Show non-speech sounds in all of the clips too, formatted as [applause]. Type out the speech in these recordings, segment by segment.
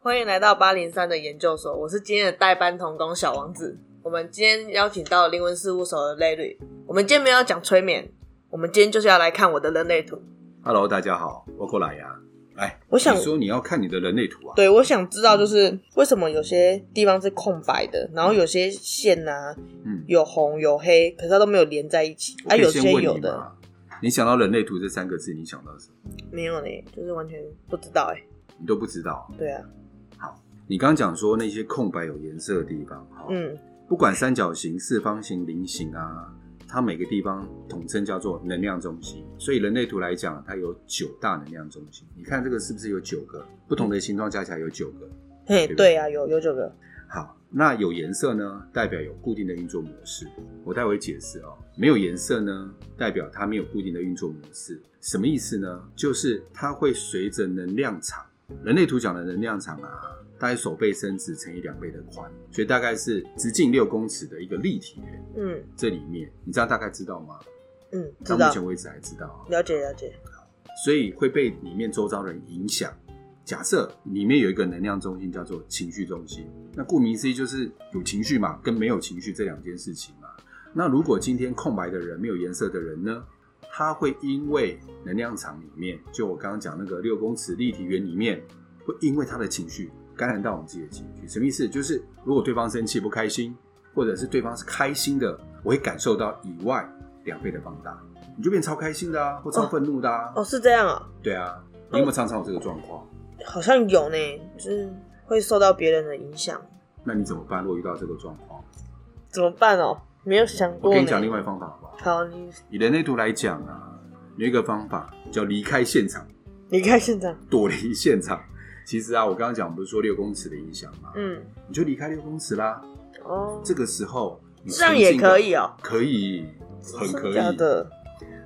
欢迎来到八零三的研究所，我是今天的代班童工小王子。我们今天邀请到灵魂事务所的 Larry。我们今天没有要讲催眠，我们今天就是要来看我的人类图。 Hello，大家好，我过来呀。哎，我想你说你要看你的人类图啊？对，我想知道就是为什么有些地方是空白的，然后有些线呐、啊、嗯，有红有黑，可是它都没有连在一起，啊，我可有以先些问有你的吗你想到人类图这三个字，你想到什么？没有呢，就是完全不知道哎、你都不知道。对啊，你刚刚讲说那些空白有颜色的地方，哈、嗯，不管三角形、四方形、菱形啊，它每个地方统称叫做能量中心。所以人类图来讲，它有九大能量中心。你看这个是不是有九个？不同的形状加起来有九个。嘿，对对啊，有有九个，好，那有颜色呢，代表有固定的运作模式。我待会解释哦。没有颜色呢，代表它没有固定的运作模式。什么意思呢？就是它会随着能量场，人类图讲的能量场啊，大概手背伸直乘以两倍的宽，所以大概是直径六公尺的一个立体圆。嗯这里面，你这样大概知道吗？嗯，知到道目，前为止还知道啊、了解了解，所以会被里面周遭人影响。假设里面有一个能量中心叫做情绪中心，那顾名思义就是有情绪嘛，跟没有情绪这两件事情嘛。那如果今天空白的人、没有颜色的人呢，他会因为能量场里面，就我刚刚讲那个六公尺立体圆里面，会因为他的情绪感染到我们自己的情绪。什么意思？就是如果对方生气不开心，或者是对方是开心的，我会感受到以外两倍的放大，你就变超开心的啊，或超愤怒的啊。哦，是这样啊、对啊，你有没有常常有这个状况？好像有呢，就是会受到别人的影响。那你怎么办？如果遇到这个状况，怎么办哦？没有想过我呢。跟你讲另外一个方法好不好？好，你以人类图来讲啊，有一个方法叫离开现场，离开现场。躲离现场。其实啊，我刚刚讲不是说六公尺的影响吗？嗯，你就离开六公尺啦。哦，这个时候，你这样沉浸也个可以哦，可以，很可真的假以。的。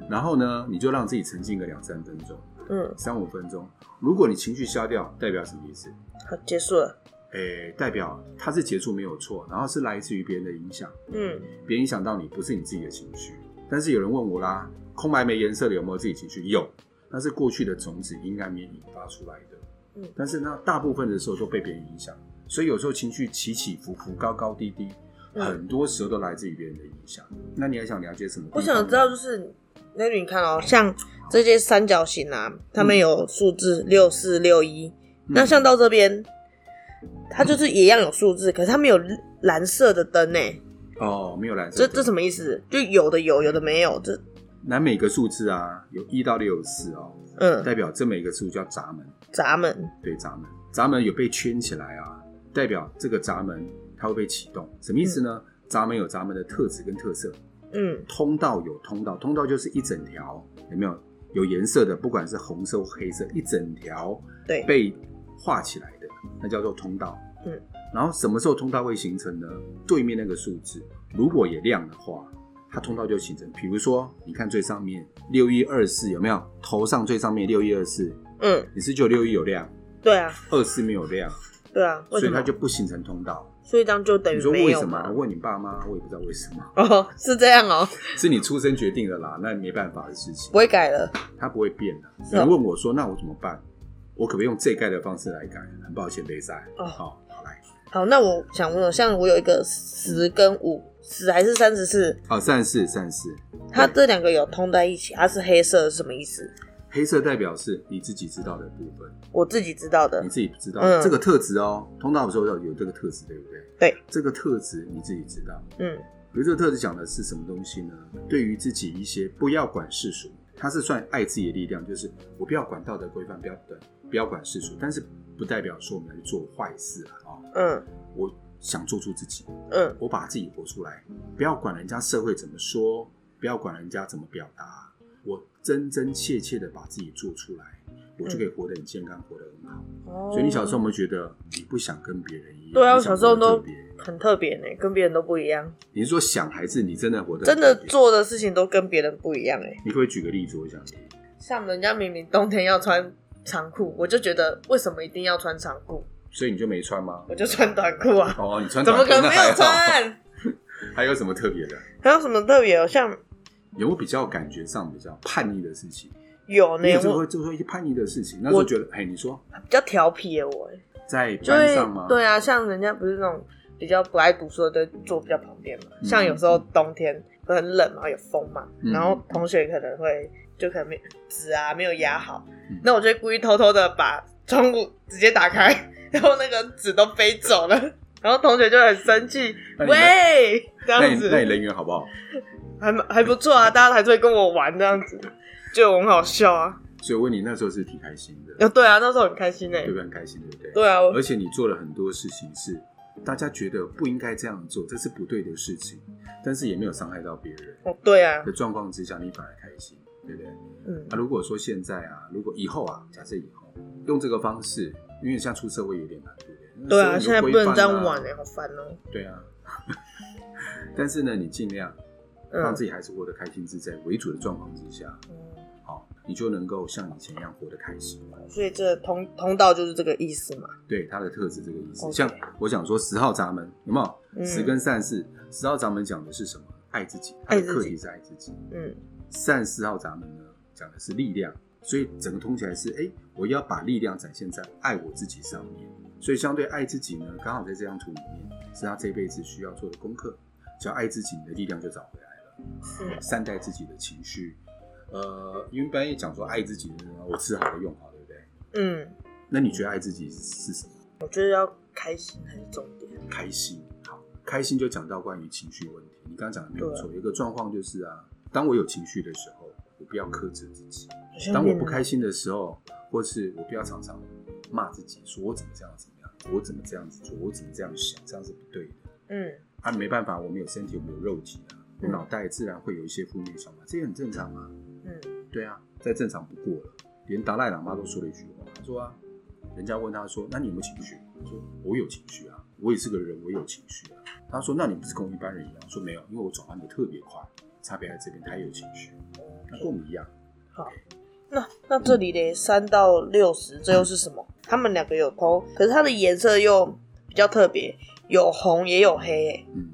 然后呢，你就让自己沉浸个两三分钟、嗯，三五分钟。如果你情绪消掉，代表什么意思？好，结束了。诶，代表它是结束没有错，然后是来自于别人的影响。嗯，别影响到你，不是你自己的情绪。但是有人问我啦，空白没颜色的有没有自己情绪？有，那是过去的种子应该没引发出来的。嗯但是呢，大部分的时候都被别人影响，所以有时候情绪起起伏伏、高高低低，嗯很多时候都来自于别人的影响。那你还想了解什么地我方呢？想知道就是，那你看哦，像这些三角形啊，它们有数字嗯六四六一，那像到这边，它就是一样有数字，可是它没有蓝色的灯呢。哦，没有蓝色这的，这什么意思？就有的有，有的没有。这那每个数字啊，有一到六有四哦，嗯，代表这每个数叫闸门。闸门。对闸门，闸门有被圈起来啊，代表这个闸门它会被启动。什么意思呢？闸门有闸门的特质跟特色，嗯通道有通道，通道就是一整条，有没有？有颜色的，不管是红色或黑色，一整条对被画起来的，那叫做通道。嗯，然后什么时候通道会形成呢？对面那个数字如果也亮的话，它通道就形成。比如说，你看最上面六一二四有没有？头上最上面六一二四，嗯，你是只有六一有亮，对啊二四没有亮，对啊，为所什以它么？就不形成通道。所以这样就等你于说没为有什么嘛？？问你爸妈，我也不知道为什么，哦， [laughs] 是这样哦，是你出生决定的啦，那没办法的事情不，会改了。它不会变的。是哦有人问我说，那我怎么办？我可不可以用这盖的方式来改？很抱歉，没在。哦好，好来，好，那我想问哦，像我有一个十跟五，十还是三十四，好，三十四，三十四，它这两个有通在一起，它是黑色，是什么意思？黑色代表是你自己知道的部分，我自己知道的你。自己不知道、嗯这个特质哦。通道的时候有这个特质，对不对？对，这个特质你自己知道。嗯比如这个特质讲的是什么东西呢？对于自己一些不要管世俗，它是算爱自己的力量，就是我不要管道德规范，不要管不要管世俗，但是不代表说我们要去做坏事啊、哦嗯我想做出自己，嗯我把自己活出来，不要管人家社会怎么说，不要管人家怎么表达，我真真切切的把自己做出来，我就可以活得很健康，活得很好。哦所以你小时候有没有觉得你不想跟别人一样？对啊你想我小时候都活得特别很特别呢，跟别人都不一样，你是说想还是你真的活得真的特别？做的事情都跟别人不一样哎。你可不可以举个例子？我想听。像人家明明冬天要穿长裤，我就觉得为什么一定要穿长裤？所以你就没穿吗？我就穿短裤啊，哦，你穿怎么可能没有？短裤那还好穿？ [laughs] 还有什么特别的？还有什么特别哦？像有没有比较感觉上比较叛逆的事情？有呢你，有时候我会做出一些叛逆的事情，那时候我觉得，哎，你说比较调皮耶，我哎在就班上吗？会对啊，像人家不是那种比较不爱读书的，都坐比较旁边嘛。嗯像有时候冬天很冷嘛，有风嘛，嗯然后同学可能会就可能没纸啊没有压好嗯，那我就会故意偷偷的把窗户直接打开，然后那个纸都飞走了。然后同学就很生气，那你喂，这那样你那你子人缘好不好？还蛮还不错啊，大家还是会跟我玩这样子，就很好笑啊。所以我问你，那时候是挺开心的，呃，对啊，那时候很开心呢、对不对？很开心，对不对？对啊，我而且你做了很多事情是大家觉得不应该这样做，这是不对的事情，但是也没有伤害到别人哦对啊，的状况之下，你反而开心，对不对？嗯那、，如果说现在啊，如果以后啊，假设以后用这个方式，因为现在出社会有点难，对不对？那对社会啊，有现在不规能这范样玩啊哎、好烦哦、对啊。 [laughs] 但是呢，你尽量让嗯自己还是活得开心自在为主的状况之下，嗯，好，你就能够像以前一样活得开心。所以这同同道就是这个意思嘛。对他的特质这个意思。 OK 像我想说十号闸门有没有？嗯十跟善事，十号闸门讲的是什么？爱自己，他爱的自己课题是爱自己。嗯，善四号闸门呢，讲的是力量，所以整个通起来是，哎、我要把力量展现在爱我自己上面。所以相对爱自己呢，刚好在这张图里面是他这辈子需要做的功课。只要爱自己，你的力量就找回来了。是善待自己的情绪。呃，因为一般也讲说爱自己的人啊，我吃好的用好，对不对？嗯，那你觉得爱自己是什么？我觉得要开心才是重点。开心。好，开心就讲到关于情绪问题。你刚刚讲的没有错，有一个状况就是啊，当我有情绪的时候，我不要克制自己；好像当我变不得开心的时候，或是我不要常常骂自己，说我怎么这样怎么样，我怎么这样子做，我怎么这样想，这样是不对的。嗯，啊，没办法，我们有身体，我们有肉体啊，我嗯脑袋自然会有一些负面想法，这也很正常啊。嗯对啊，再正常不过了。连达赖喇嘛都说了一句话，他说啊，人家问他说，那你有没有情绪？他说我有情绪啊，我也是个人，我有情绪啊。他说那你不是跟我一般人一样？说没有，因为我转换的特别快，差别在这边，他也有情绪，那跟我们一样。那那这里嘞，三到六十，这又是什么？他们两个有偷，可是它的颜色又比较特别，有红也有黑、欸。嗯，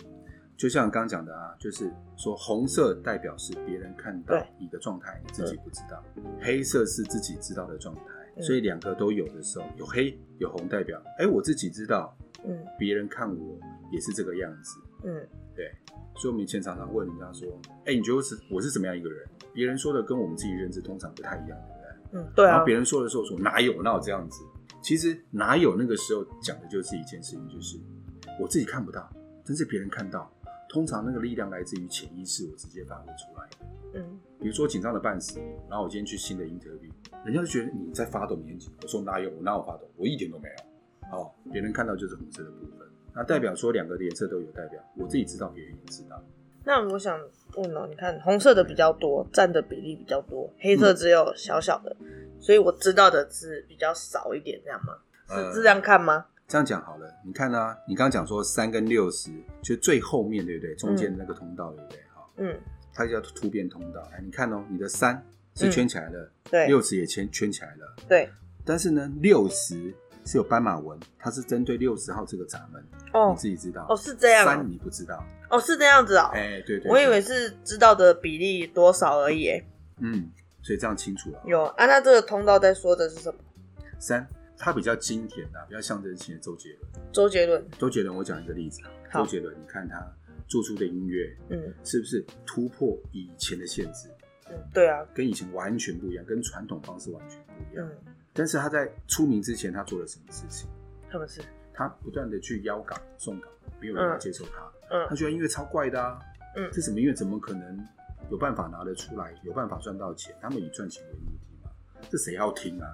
就像刚刚讲的啊，就是说红色代表是别人看到对你的状态，你自己不知道；黑色是自己知道的状态。嗯所以两个都有的时候，有黑有红，代表哎、我自己知道，嗯别人看我也是这个样子。嗯所以我们以前常常问人家说：“哎、你觉得我是我是怎么样一个人？”别人说的跟我们自己认知通常不太一样，对不对？嗯，对然啊后，别人说的时候说：“哪有哪有这样子？”其实哪有那个时候讲的就是一件事情，就是我自己看不到，但是别人看到。通常那个力量来自于潜意识，我直接发挥出来的。嗯比如说紧张的半死，然后我今天去新的 interview，人家就觉得你在发抖，你很紧。我说哪有，我哪有发抖，我一点都没有。哦，别人看到就是红色的部分，那代表说两个颜色都有，代表我自己知道，别人也知道。那我想问哦，你看红色的比较多，占的比例比较多，黑嗯色只有小小的，所以我知道的是比较少一点，这样吗？呃是是这样看吗？这样讲好了，你看啊，你刚刚讲说三跟六十，就最后面对不对？中间的那个通道、对不对？哈，嗯，它叫突变通道。哎，你看哦，你的三是圈起来了，嗯对，六十也圈圈起来了，对，但是呢，六十是有斑马纹，它是针对六十号这个闸门，哦你自己知道。哦是这样三哦你不知道，哦是这样子哦，哎，对对对我以为是知道的比例多少而已耶。嗯，所以这样清楚了。有啊，那这个通道在说的是什么？三，它比较经典的、比较象征性的周杰伦。周杰伦，周杰伦，我讲一个例子啊，好周杰伦，你看他做出的音乐，嗯是不是突破以前的限制，嗯，对啊，跟以前完全不一样，跟传统方式完全不一样。嗯，但是他在出名之前，他做了什么事情？他们是，他不断的去邀稿、送稿，没有人要接受他。他嗯觉得音乐超怪的啊，嗯这什么音乐怎么可能有办法拿得出来，有办法赚到钱？他们以赚钱为目的嘛，这谁要听啊？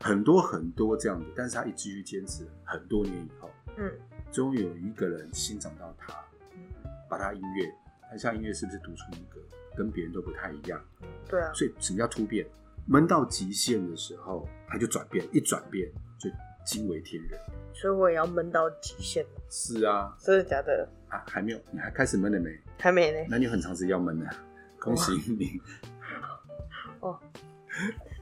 很多很多这样的，但是他一继续坚持了很多年以后，嗯终于有一个人欣赏到他，嗯，把他音乐，他像音乐是不是独出一格，跟别人都不太一样？对啊，所以什么叫突变？闷到极限的时候，它就转变，一转变就惊为天人。所以我也要闷到极限了，是啊，真的假的？啊，还没有，你还开始闷了没？还没呢。那你有很长时间要闷的，啊 [laughs] 恭喜你。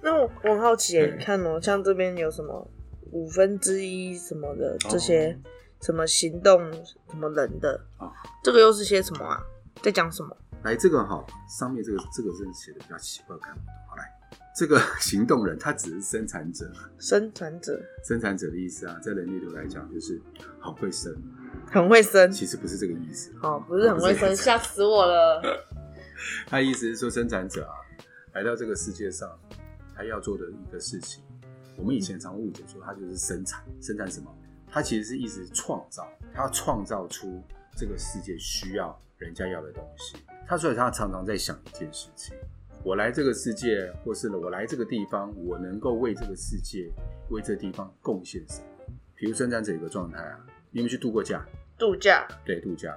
那我我很好奇耶，嗯你看哦、像这边有什么五分之一什么的这些，什么行动什么人的哦，这个又是些什么啊？在讲什么？来，这个哈，上面这个这个真的写的比较奇怪，看不懂。好来，这个行动人他只是生产者，啊生产者生产者的意思啊，在人类流来讲就是好会生，啊很会生其实不是这个意思。啊哦，不是很会生，吓死我了。他意思是说，生产者啊，来到这个世界上，他要做的一个事情，我们以前常误解说他就是生产，生产什么？他其实是意思是创造，他要创造出这个世界需要人家要的东西。他所以他常常在想一件事情：我来这个世界，或是我来这个地方，我能够为这个世界、为这地方贡献什么？比如生产者有个状态啊，你有没有去度过假？度假对，度假。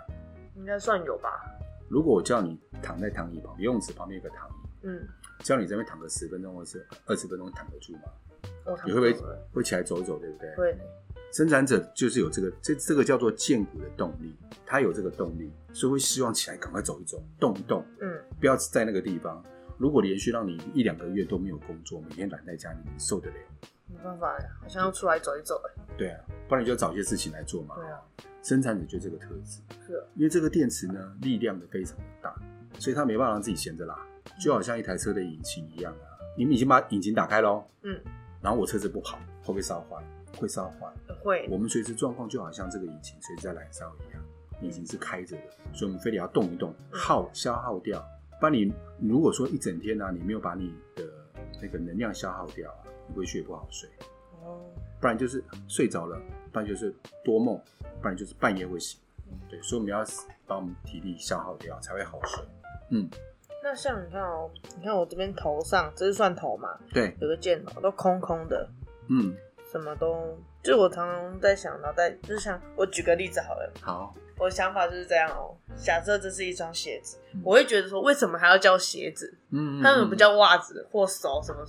应该算有吧？如果我叫你躺在躺椅旁，游泳池旁边有个躺椅，嗯，叫你这边躺个十分钟或是二十分钟躺得住吗？我躺你会不着会了会起来走走，对不对？会呢生产者就是有这个，这这个叫做健骨的动力，他有这个动力，所以会希望起来赶快走一走，动一动，嗯，不要在那个地方。如果连续让你一两个月都没有工作，每天懒在家里，你受得了？没办法耶，好像要出来走一走耶。对啊，不然你就找一些事情来做嘛。对啊，生产者就这个特质，是啊因为这个电池呢力量的非常的大，所以它没办法让自己闲着啦，嗯就好像一台车的引擎一样啊，你们已经把引擎打开喽，嗯，然后我车子不跑，会不会烧坏？会烧坏。会我们随时状况就好像这个引擎随时在燃烧一样，引擎是开着的，所以我们非得要动一动，嗯耗消耗掉。不然你如果说一整天呢、你没有把你的那个能量消耗掉啊，你会睡不好睡。哦，不然就是睡着了，不然就是多梦，不然就是半夜会醒。嗯对，所以我们要把我们体力消耗掉才会好睡。嗯，那像你看哦、你看我这边头上，这是算头嘛？对，有个箭头都空空的，嗯，什么都，就我常常在想，脑袋就是想，我举个例子好了，好，我的想法就是这样哦、假设这是一双鞋子嗯，我会觉得说，为什么还要叫鞋子？嗯，那为什么不叫袜子或手什么？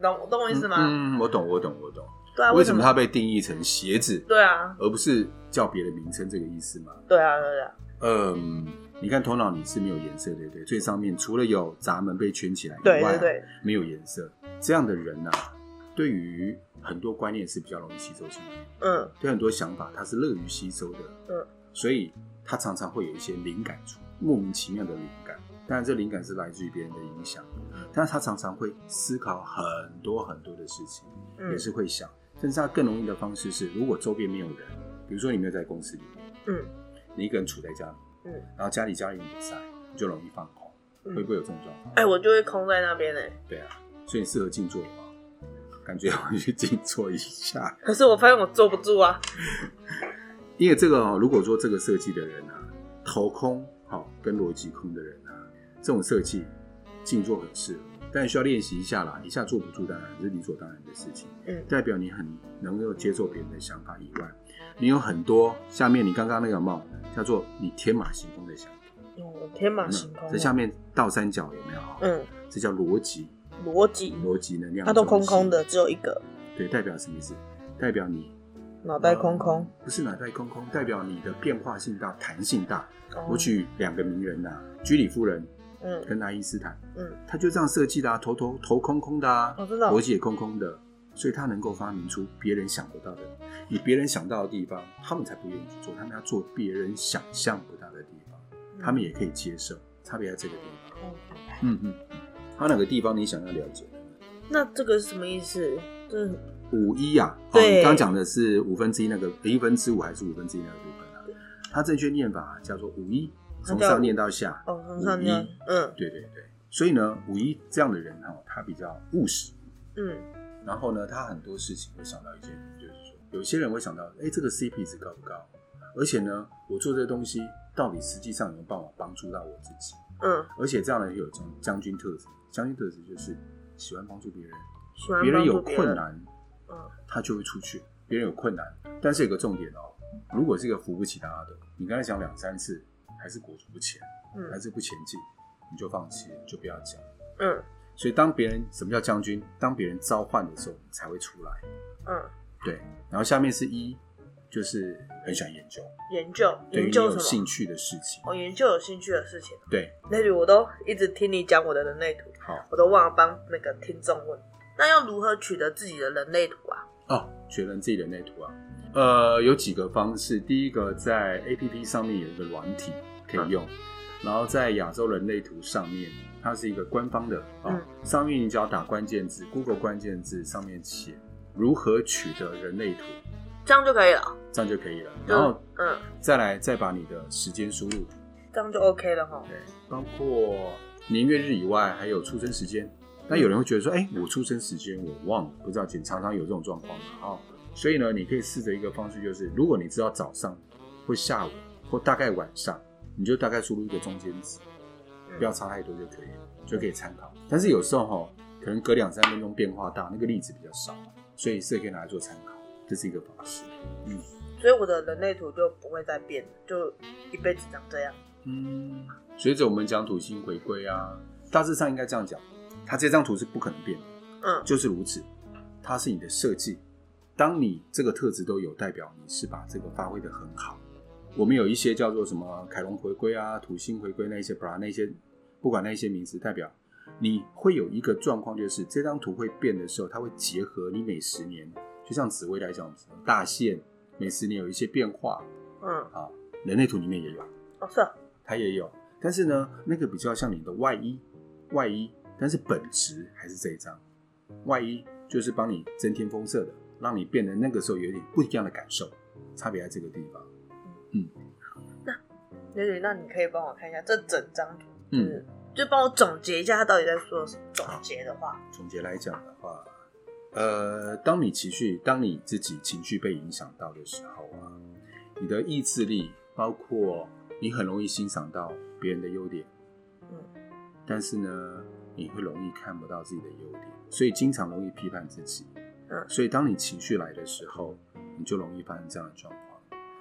懂懂我意思吗？嗯，嗯我懂，我懂，我懂。对啊，为什什么它被定义成鞋子，对啊，而不是叫别的名称这个意思吗？对啊，对啊，嗯，你看头脑里是没有颜色，对不对？最上面除了有闸门被圈起来以对外对啊、对，没有颜色。这样的人呐、啊对于很多观念是比较容易吸收进去的。嗯对很多想法，他是乐于吸收的，嗯，所以他常常会有一些灵感出，莫名其妙的灵感。当然，这灵感是来自于别人的影响，嗯但是他常常会思考很多很多的事情，嗯也是会想。但是他更容易的方式是，如果周边没有人，比如说你没有在公司里面，嗯你一个人处在家里，嗯，然后家里家人也不在，你就容易放空，嗯会不会有这种状况？哎、我就会空在那边哎、对啊，所以你适合静坐吗？感觉我去静坐一下。可是我发现我坐不住啊，因为这个哦，如果说这个设计的人啊，头空好、跟逻辑空的人啊，这种设计静坐很适合，但需要练习一下啦，一下坐不住当然是理所当然的事情，嗯代表你很能够接受别人的想法以外，你有很多下面你刚刚那个帽叫做你天马行空的想法，哦，天马有行没空有啊，这嗯下面倒三角有没有？，嗯，这叫逻辑，逻辑逻辑能量，它都空空，的，只有一个对，代表什么意思？代表你脑袋空空。不是脑袋空空，代表你的变化性大、弹性大。哦啊我举两个名人呐、居里夫人嗯跟爱因斯坦，嗯，他就这样设计的啊，头头头空空的啊，哦真的哦逻辑也空空的，所以他能够发明出别人想不到的，以别人想到的地方，他们才不愿意去做，他们要做别人想象不到的地方，他们也可以接受，差别在这个地方。嗯嗯嗯，还有哪个地方你想要了解？那这个是什么意思？这是五一啊，哦，对你刚刚讲的是五分之一那个一分之五还是五分之一那个部分啊？它正确念法啊、叫做五一，从上念到下。哦，从上五面一，嗯对对对，所以呢，五一这样的人哈、他比较务实，嗯然后呢，他很多事情会想到一件，就是说，有些人会想到，哎，这个 CP 值高不高？而且呢，我做这个东西到底实际上有没有办法帮助到我自己？嗯，而且这样的人有将将军特质，将军特质就是喜欢帮助别人，喜欢别人帮助有困别难，人嗯他就会出去。别人有困难，但是有个重点哦，如果是一个扶不起他的，你刚才讲两三次还是裹足不前，还嗯是不前进，你就放弃，就不要讲。嗯所以当别人什么叫将军？当别人召唤的时候，你才会出来。嗯，对，然后下面是一，就是很喜欢研究，研究对于研你究有什兴么？趣的事情。我研究有兴趣的事情，对，那里我都一直听你讲我的人类图，好我都忘了帮那个听众问，那要如何取得自己的人类图啊？哦，学人自己人类图啊。呃，有几个方式，第一个在 A P P 上面有一个软体可以嗯用，然后在亚洲人类图上面，它是一个官方的啊、哦嗯上面你只要打关键字，Google 关键字上面写如何取得人类图，这样就可以了，这样就可以了。就然后嗯，再来再把你的时间输入，这样就 OK 了哈。对，包括年月日以外，还有出生时间。那有人会觉得说，哎、我出生时间我忘了，不知道，其实常常有这种状况啊、哦。所以呢，你可以试着一个方式，就是如果你知道早上或下午或大概晚上，你就大概输入一个中间值，嗯不要差太多就可以了，就可以参考。但是有时候哈、可能隔两三分钟变化大，那个例子比较少，所以是可以拿来做参考，这是一个方式。所以我的人类图就不会再变，就一辈子长这样。嗯，随着我们讲土星回归啊，大致上应该这样讲，它这张图是不可能变的，嗯就是如此，它是你的设计。当你这个特质都有，代表你是把这个发挥的很好。我们有一些叫做什么凯龙回归啊、土星回归那一些，把那些不管那些名词，代表你会有一个状况，就是这张图会变的时候，它会结合你每十年，就像紫薇来讲，大限每十年有一些变化，嗯，人类图里面也有。哦是啊，它也有，但是呢，那个比较像你的外衣，外衣，但是本质还是这一张，外衣就是帮你增添丰色的，让你变得那个时候有点不一样的感受，差别在这个地方。那你那你可以帮我看一下这整张图，嗯嗯，就帮我总结一下他到底在说什么。总结的话，总结来讲的话，呃，当你情绪，当你自己情绪被影响到的时候啊，你的意志力，包括你很容易欣赏到别人的优点，嗯，但是呢，你会容易看不到自己的优点，所以经常容易批判自己，嗯所以当你情绪来的时候，你就容易发生这样的状况。嗯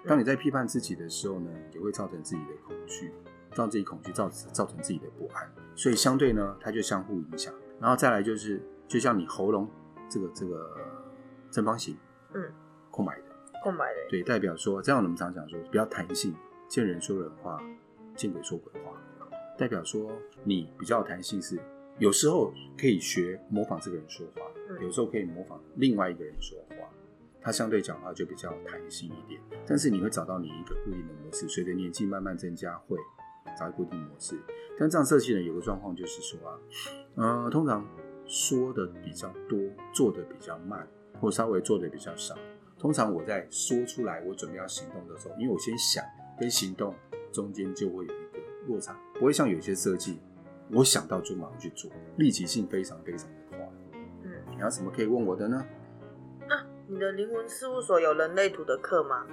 当你在批判自己的时候呢，也会造成自己的恐惧，让自己恐惧造造成自己的不安，所以相对呢，它就相互影响。然后再来就是，就像你喉咙这个这个正方形，嗯，空白的，空白的，对，代表说，这样我们常讲说，比较弹性，见人说人话，见鬼说鬼话，代表说你比较有弹性是，有时候可以学模仿这个人说话，嗯有时候可以模仿另外一个人说话，他相对讲话就比较弹性一点，但是你会找到你一个固定的模式，随着年纪慢慢增加会找到固定模式，但这样设计人有个状况就是说啊，呃，通常说的比较多，做的比较慢，或稍微做的比较少。通常我在说出来我准备要行动的时候，因为我先想跟行动中间就会有一个落差，不会像有些设计，我想到就马上去做，立即性非常非常的快。嗯，你要什么可以问我的呢？那你的灵魂事务所有人类图的课吗？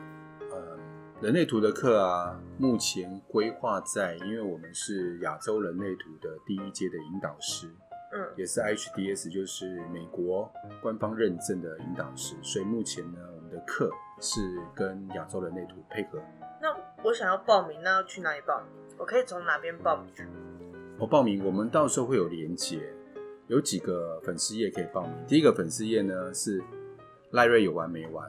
呃，人类图的课啊，目前规划在，因为我们是亚洲人类图的第一阶的引导师，嗯也是 HDS，就是美国官方认证的引导师，所以目前呢，我们的课是跟亚洲人类图配合。那我想要报名，那要去哪里报名？我可以从哪边报名？我报名，我们到时候会有连接，有几个粉丝页可以报名。第一个粉丝页呢是赖瑞有完没完，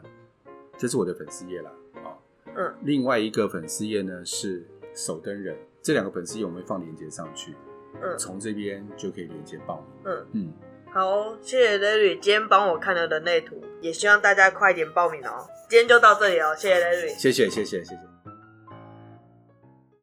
这是我的粉丝页啦。哦，嗯，另外一个粉丝页呢是守灯人，这两个粉丝页我们会放连接上去，嗯从这边就可以连接报名。嗯，嗯，好哦，谢谢 Larry 今天帮我看了人类图，也希望大家快点报名哦。今天就到这里哦，谢谢 Larry。谢谢谢谢谢谢。